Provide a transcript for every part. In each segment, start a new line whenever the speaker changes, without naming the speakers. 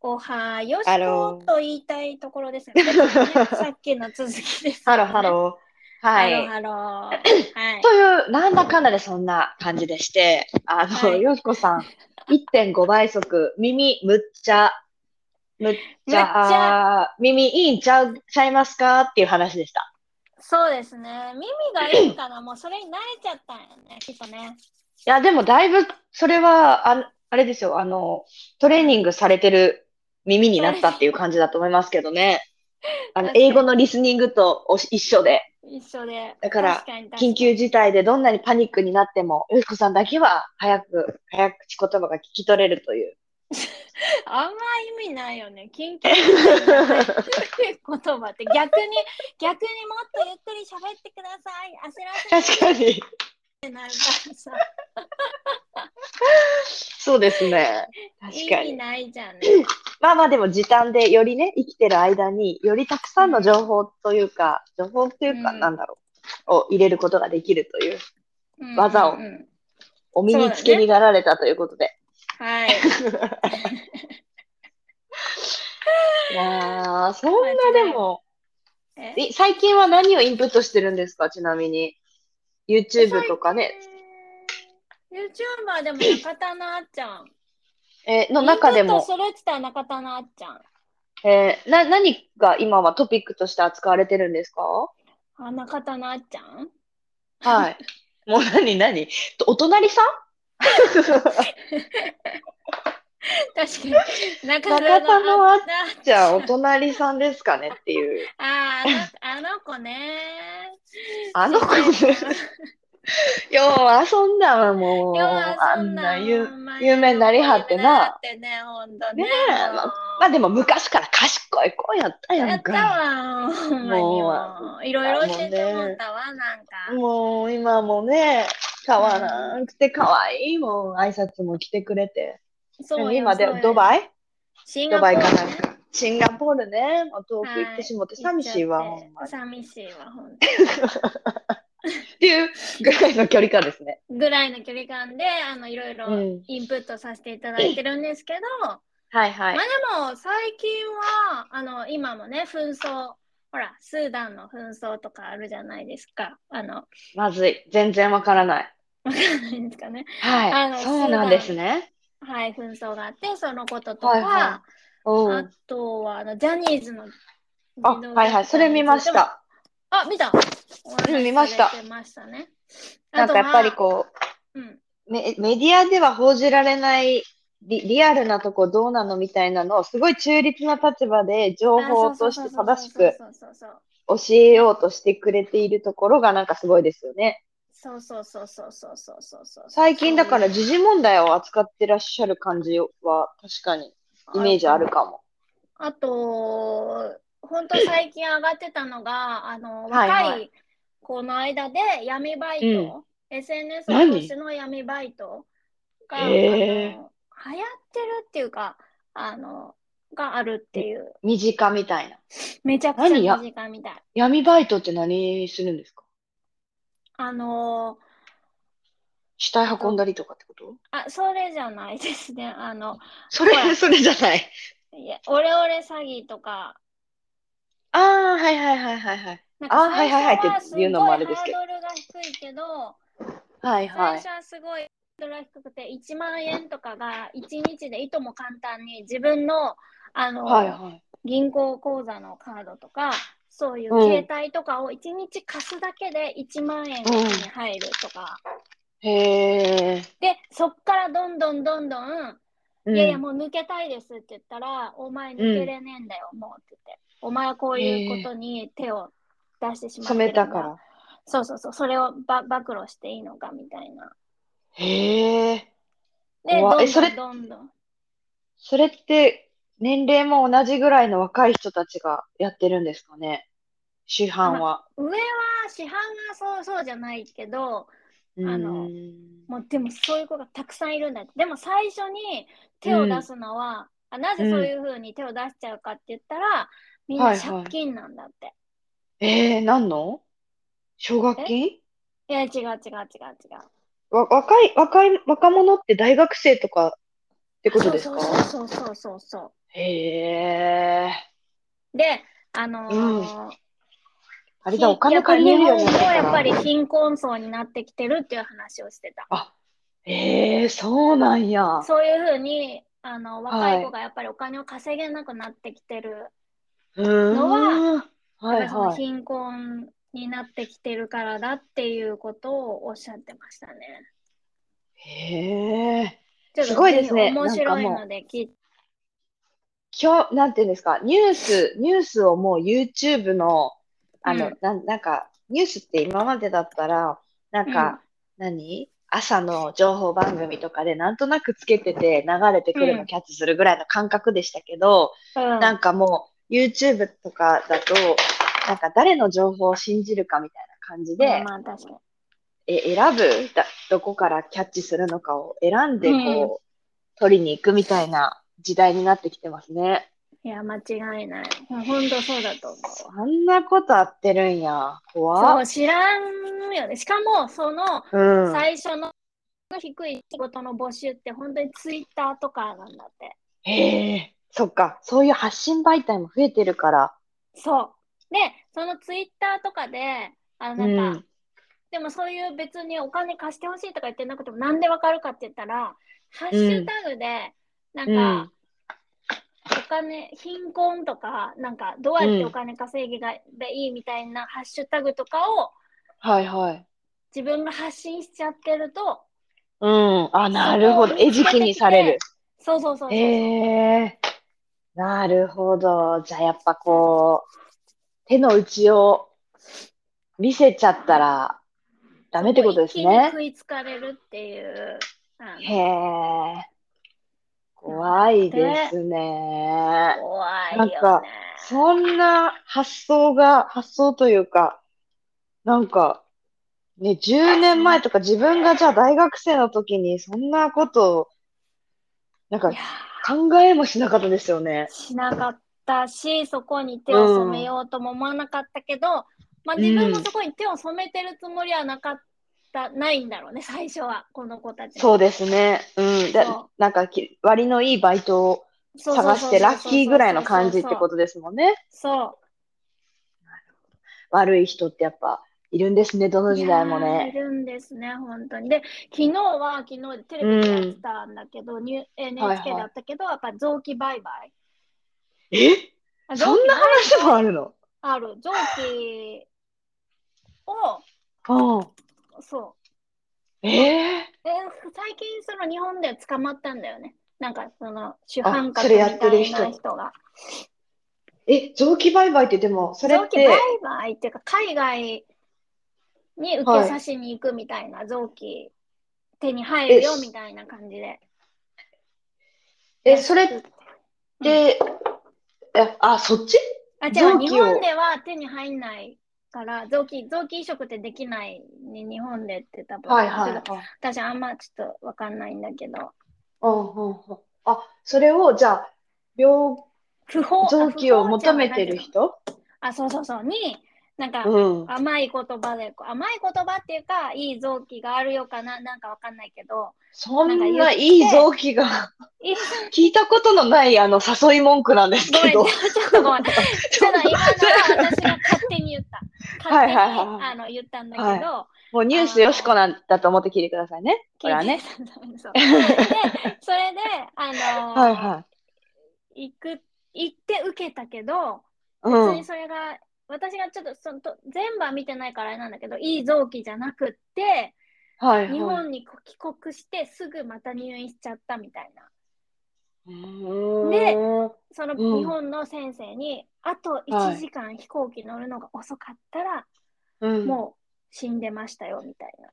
おはよし
ハ
こ
ロー
と言いたいところ ですね。でもねさっきの続きです、ね。
ハローハロー。
ハロー。
はい。
ハロー。はい
と。いう、なんだかんだでそんな感じでして、あの、
はい
よしこさん、1.5倍速、耳むっちゃ、
む
むっ
っ
ち
ちゃ、
ゃ、耳いいんちゃう、ちゃいますかっていう話でした。
そうですね。耳がいいから、もうそれに慣れちゃったんよね、きっとね。
いや、でもだいぶ、それは、あ、あれですよ、あの、トレーニングされてる耳になったっていう感じだと思いますけどね。あの、
確かに
英語のリスニングとおし一緒で。
一緒で。
だから
確かに確かに
緊急事態でどんなにパニックになっても、よしこさんだけは早 く、早口言葉が聞き取れるという。
あんま意味ないよね。緊急事態じゃないっていう言葉って逆に、逆にもっとゆっくり喋ってください。焦らせてっ
確かに。
てなるからさ。
そうですね。確か
意味
に。
ないじゃ んね。
まあまあでも時短でよりね、生きてる間によりたくさんの情報というか、情報というか
うん
なんだろう、を入れることができるという、
うん
技を
うんうん
お身につけになられたということで。
はい。
いやーそんなでも、
え
い最近は何をインプットしてるんですかちなみに。YouTube とかね。
ユーチューバーでも中田のあっちゃん。
えーの中で
イン
も
プット。するって言ったら中田のあっちゃん。
えーな、何が今はトピックとして扱われてるんですか
あ、中田のあっちゃん
はい。 もう何何とお隣さん
確かに。中
中田のあっ
ちゃん。
じゃあ、お隣さんですかねっ ていう。
あーあのあの子ね。
あの子ねよう遊んだわ、もう。
今日は
あ
そん
ん
な
なん言
ほ
うん
ま
有名になりはってな
有名にりはってね、ほんとね。
ねえ
もう
まあでも昔から賢い子やったや
や
ん
った
か。
わ、ほんまにもう。いろいろ教えてもらったわ、なんか。
もう今もね、変わらなくて可愛いもん。挨拶も来てくれて。
そうよ
でも今で
そうよ
ドバイ
シン
ド
ガ
バ
ポー
イか
ル
な
ね
んか。シンガポールね、もう遠く行ってしもって寂しいわ、
行っちゃっ
ほ
て
んまに。
寂しいわ、ほんと
っていうぐらいの距離感ですね。
ぐらいの距離感であのいろいろ
うん
インプットさせていただいてるんですけど、
はい
まあ。
は
でも最近はあの今もね紛争ほらスーダンの紛争とかあるじゃないですかあのわ
まずい。全然わからない。
かんないですかねあ
は
の
い。そうなんですね。
はい紛争があってそのこととか、
はいはう
あ
ん。
とはあのジャニーズの
あ、はいはい。それ見まし。た。
あ見た
うん見ました
お話しされてましたね
なんかやっぱりこ
う、うん、
う、メメディアでは報じられないリ、リアルなとこどうなのみたいなのを、すごい中立な立場で情報として正しく
そうそうそうそうそうそう
教えようとしてくれているところがなんかすごいですよね。
そうそうそうそうそうそうそうそう
最近だから時事問題を扱ってらっしゃる感じは確かにイメージあるかも。
あと本当最近上がってたのがあの
はいはい
若い子の間で闇バイト、SNS を
何
通しての闇バイトが、
へー
あの流行ってるっていうかあのがあるっていう
身近みたいな。
めちゃくち
何
ゃ
や
身近みたい。
闇バイトって何するんですか
あの
死体運んだりとかってこと
あそれじゃないですねあの
そ
ほら
れ、 それじゃない。
いやオレオレ詐欺とか
ああ、はいはいはいはいはい。
なんか
あはいはいはいって言うのもあれですけど
最初はすごいハードルが低いけど
は
最
いはい
初。はすごいハードルが低くて1万円とかが1日でいとも簡単に自分のあの、
はいはい。
銀行口座のカードとかそういう
うん
携帯とかを1日貸すだけで1万円が手に入るとか、
へえ。
でそっからどんどんどんどん、
う
い
ん
やいやもう抜けたいですって言ったらお前抜けれねえんだよ、もうって言ってお前はこういうことに手を出してしまって
染め
るんだ
たから。
そうそうそう、それをば暴露していいのかみたいな。
へえ。
で、
う
どん
わ
ど
えそれ
んどんどん。
それって、年齢も同じぐらいの若い人たちがやってるんですかね。主犯は。
上は市販がそうそうじゃないけど、
うー
あの
ん。
もうでもそういう子がたくさんいるんだって。でも最初に手を出すのは、あなぜそういうふうに手を出しちゃうかって言ったら、みんな
はいはい
借金なんだって。
えー、何の奨学金
いや、違う違う違う違う。
わ、若い、若い、若者って大学生とかってことです
そう
か
そうそうそうそうそう。
へえ。
で、あのー
あれだ、お金借りれるようになった
やっぱ
ら。
り貧困層になってきてるっていう話をしてた。
あ、ええ、そうなんや。
そういうふうにあの若
はい
い子がやっぱりお金を稼げなくなってきてる、
うーん。
のは
は
やっぱ
い
りその
はい。
貧困になってきてるからだっていうことをおっしゃってましたね。
へえ。
ちょっと
すごいですね
ぜひ面白い
なんかもう
ので聞いて。
今日、なんていうんですか、ニュース、ニュースをもう YouTube の、あの、
うん
なん、なんか、ニュースって今までだったら、なんか、何朝の情報番組とかでなんとなくつけてて流れてくる
う
の
ん
キャッチするぐらいの感覚でしたけど、
うん
なんかもう YouTube とかだと、なんか誰の情報を信じるかみたいな感じで、
まあ確かに。
え、選ぶだ、どこからキャッチするのかを選んでこう、取りに行くみたいな時代になってきてますね。
いや、間違いない。もう本当そうだと思う。
そんなことあってるんや。怖
そ
っ。
う、知らんよね。しかも、その
うん。
最初の低い仕事の募集って本当にツイッターとかなんだって。
へえ。そっか。そういう発信媒体も増えてるから。
そう。で、そのツイッターとかで、あの
う
なんか、
ん。
でもそういう別にお金貸してほしいとか言ってなくても、なんでわかるかって言ったら、ハッシュタグで、なん
うん
か、お金、貧困とか、なんか、どうやってお金稼ぎがでいいみたいなハッシュタグとかを
はいはい。
自分が発信しちゃってると、
うん。あ、なるほど。餌食にされる。
そうそうそうそう。
へえ。なるほど。じゃあやっぱこう、手の内を見せちゃったらダメってことです
もう一
ね
気。に食いつかれるっていう。あの
へえ。怖いですね。
怖いよ
なん
ね。
かそんな発想が、発想というか、なんか、ね、10年前とか自分がじゃあ大学生の時にそんなことを、なんか
いや
考えもしなかったですよね。
しなかったし、そこに手を染めようとも思わなかったけど、まあ自分もそこに手を染めてるつもりはなかった、ないんだろうね、最初は、この子たち。
そうですね。うん。だ
そう
なんかき、割のいいバイトを
そうそうそう。
探してラッキーぐらいの感じってこととですもんね。
そ
悪い人ってやっぱいるんですね、ど
う。
の時代も
いやーい
ね。
るんですね、本当に。で、昨日は、昨日テレビでやってたんだけど、ニュ NHK だったけど、やっぱ臓器売買。
え
あ
そんな話もあるの
ある臓器を
うん。
そう
ええ
えー最近その日本で捕まったんだよねなんかその主
あ
犯
そ
格
れ
み
や
た
ってる
い
人
な人が
え、臓器売買ってでも、それ
臓
っ
器売
て、
買っていうか海外に受けさしに行くみたいな、臓器手に入るよみたいな感じで
え、それって、え、あ、そっち
あ違
臓
う
器を
日本では手に入んないから臓器臓器移植ってできないね日本でって多分、
はいはい
ちょっと
はい。
私あんまちょっとわかんないんだけど
うんうんうん。あ、それを、じゃあ、病、
不法
臓器を
あ不法じ
求
ゃ
め
ない
て
け
る
ど
人
あ、そうそうそう。に、なんか、
うん。
甘い言葉で、こう甘い言葉っていうか、いい臓器があるよかな、なんかわかんないけど、
そん
なんか言っ
な
て
いい臓器が、
いい
聞いたことのないあの誘い文句なんです
ごめ
け
ん、ちょ
ど。
っとごめん。ちょっと今のは私が勝手に言った。勝手に、
はいはいはいはい
あの言ったんだけど、
もうニュースよしこなんだと思って聞いてくださいね。これはね。
聞いてたんだそうで、それで、あの
はいは
行く、行って受けたけど、
い。
別
う
に
ん。
それが、私がちょっとそのと全部は見てないからあれなんだけど、いい臓器じゃなくって、
はい
日
はい。
本にこ帰国してすぐまた入院しちゃったみたいな。
うーん
でその
うん
日本の先生に、あと
はい
1時間飛行機乗るのが遅かったら、
うん。
もう死んでましたよみたいな。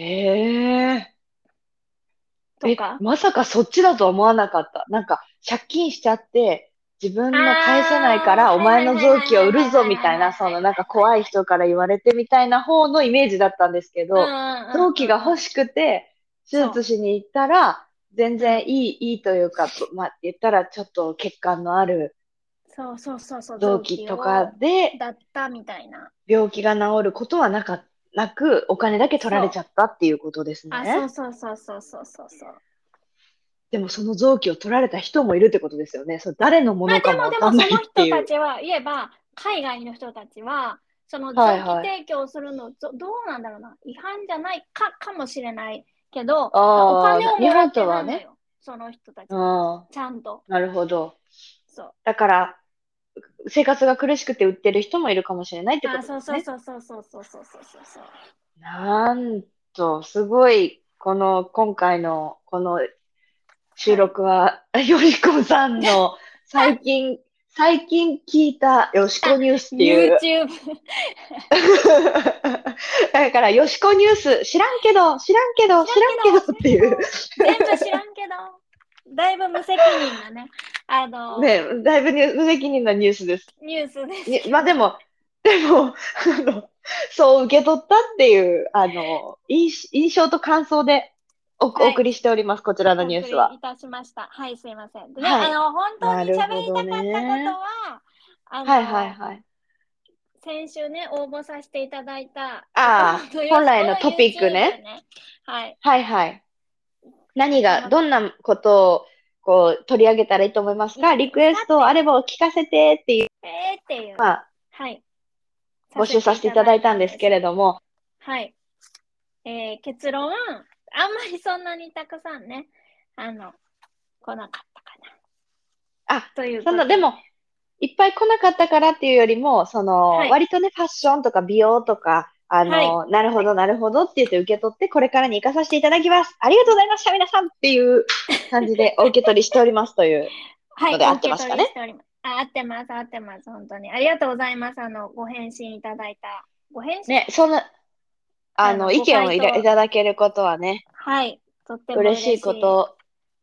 ええ。
とか
え、。まさかそっちだとは思わなかった。なんか、借金しちゃって、自分の返せないから、
あー
お前の臓器を売るぞみた
はいはいはい
い
はいはい
な、そのなんか怖い人から言われてみたいな方のイメージだったんですけど、臓器が欲
しい。
しくて、手術しに行ったら、全然いい、いいというか、とまあ、言ったらちょっと欠陥のある
そうそうそうそう。
臓器と
臓
か
器
で
を、だったみたいな。
病気が治ることはなか、なく、お金だけ取られちゃったっていうことです
あ、
ね。
そうそうそうそうそうそうそう。
でもその臓器を取られた人もいるってことですよね。それ誰のも
まあ
の
で
かも
も
わ
で
か
も
ん
そ
ないっ
の
て
人
いう。
たちは言えば海外の人たちはその臓
はいはい
器提供するの、ぞどうなんだろうな違反じゃないかかもしれないけどお
ああ、
金を
日
もらっ
本
て
と
な
は
んだ
ね。
よその人たち
あ
ちゃんと
あ、なるほど。
そう
だから、生活が苦しくて売ってる人もいるかもしれないってこ
あ
と
そ
で
う
す
そう
ね。
そうそうそうそうそうそうそうそう
なんと、すごい、この、今回の、この収録は、 よしこさんの 最近、最近聞いたよしこニュースっていう。
YouTube
だから、よしこニュース、知らんけど、知らんけど、知らんけどってい
全
う。
部知らんけどだいぶ無責任なねあの、
ね、だいぶニュー無責任なニュースです。
ニュースです
にまあでも、でも、あの、そう受け取ったっていう、あの、印印象と感想でお、
はい
お送りしております、こちらのニュースは。
いたしました。はい、すいません。で、
はい
あの、本当に
な
喋
る
り
ほ
た
ど
かったことは、
ね
あの、
はいはいはい。
先週ね、応募させていただいた、
あー
岡本
本来のトピックね
YouTube ね。はい。
はいはい。何
あ
が、
の
どんなことを、こう、取り上げたらいいと思いますかリクエストあれば聞かせてっていう、
えーっていう、
まあ、
はい。
募集させていただいたんですけれ
ど。
ども、
はい。えー結論、あんまりそんなにたくさんね、あの、来なかったかな。
あ、
というこ
そ
と
の、でも、いっぱい来なかったからっていうよりも、その、
はい
割とね、ファッションとか美容とか、あの、なるほど、なるほどって言って受け取って、これからに生かさせていただきます。ありがとうございました、皆さんっていう感じでお受け取りしておりますと いう。
はい、
ので合ってますか
お
ね
受け取りしておりますあ、合ってます、合ってます、本当に。ありがとうございます。あの、ご返信いただいた。ご返信、
ね、その、あの、
あの
意見をい
ご回
た
答
いただけることはね、
はい、とっても
嬉しいこと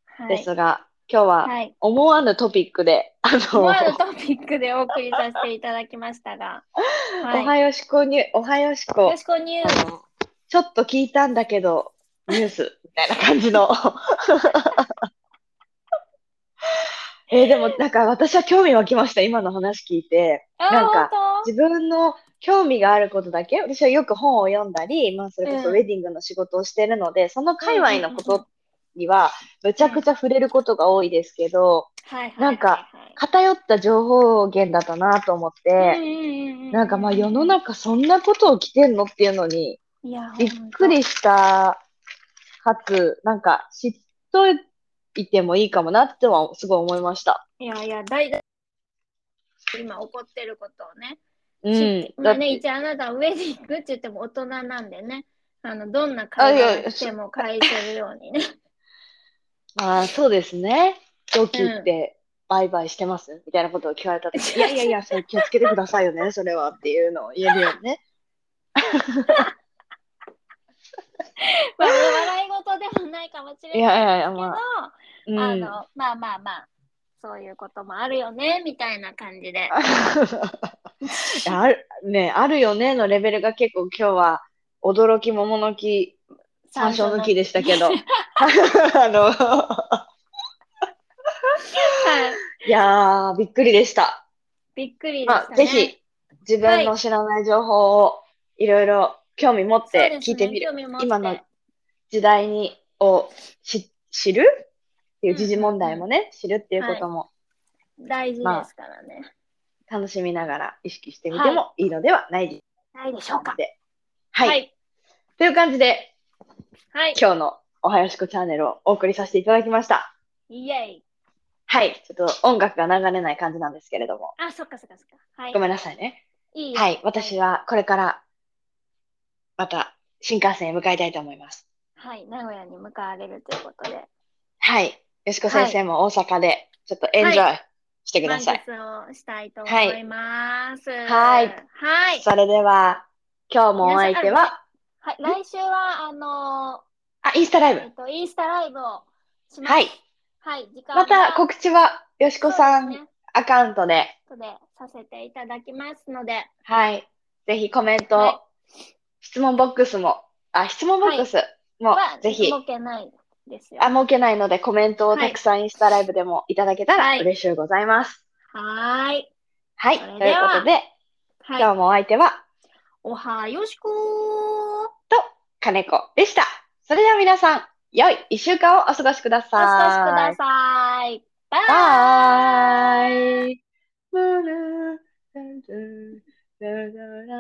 はい
ですが、今日は
はい。
思わぬトピックで、あの、
思わぬトピックでお送りさせていただきました が、
お
は。
はいよしこに、おはよしこ
よしこニュー
あ
ス、
の、ちょっと聞いたんだけど、ニュースみたいな感じの。 えーでもなんか私は興味湧きました、今の話聞いて。
あー、
なんか
本
自分の興味があることだけ、私はよく本を読んだり、まあ、それこそ
う
ウ
ん
ェディングの仕事をしてるので、その界隈のことには、むちゃくちゃ触れることが多いですけど、
当はいはいはいはい。
なんか偏った情報源だったなと思っ
うんうん
て、
うんうん、
なんかまあ世の中そんなことを着てんのっていうのに、
いや、
びっくりした、かつ、なんか、知っといてもいいかもなっては、すごい思いました。
ほんと。いやいや、大体今起こってることをね。知
うん
って。ま
だっ
あね、
て、
一応あなたはウェディングって言っても大人なんでね、あのどんな
あ
会
いや
話をしても変えてるようにね。
まあ、そうですね。同期って、売買してますみたいなことを聞かれたとき、
うん
いやいやいや、それ気をつけてくださいよ ね、それはっていうのを言えるよね。
まあ、 笑い事でもないかもしれない
い
けど、
やいやいや、まあ、うん。
あの、まあまあまあ、そういうこともあるよね、みたいな感じで。
い やあるね、あるよねのレベルが結構今日は、驚き、桃の木、山椒抜きでした けど。あ
はい。
の、いやー、びっくりでした。
びっくりでした、
ま
ね。
あ、ぜひ、自分の知らない情報をいろいろ興味持っ
そうで
て
すね
聞いてみる。
興味持って
今の時代に、をし知るっていう時事問題もね、知るっていうことも
大事ですからね。
楽しみながら意識してみてもいいのではないでし
ないでしょ
ょ
う
う
か
か。。は。
はいい。
という感じで、
はい
今日のおはよしこチャンネルをお送りさせていただきました。
イエイ。
はい。ちょっと音楽が流れない感じなんですけれども。
あ、そっかそっかそっか。はい
ご。めんなさいね。
いいよ
はい、私。はこれからまた新幹線へ向かいたいと思います。
はい。名古屋に向かわれるということで。
はい、よしこ先生も大阪でちょっとエンジョイしてください。
満喫をしたいと思います。
はいい
はい。
それでは、今日もお相手は、
はい来週は、あの
あ、インスタライ
ー、
ブ
え。っと、インスタライブをします。
はい、
はい。時間
また
こ
告知はよしこさんアカウントで、
後でさせていただきますので、
はい、ぜひコメント、
はい
質問ボックスも、あ、質問ボックスも
は
ぜひ、
設けないですよ。
あ、設けないのでコメントをたくさんインスタライブでもいただけた
は
ら
い
嬉しゅうございます。
はーい。
はい、
それ
と
で
いう
は
ことで、
はい。
今日もお相手は、
おはよしこー。
金子でした。それでは皆さん、良い一週間をお過ごしくだ
お過ご
さ
し
い
く。ださい。バイ
バイ。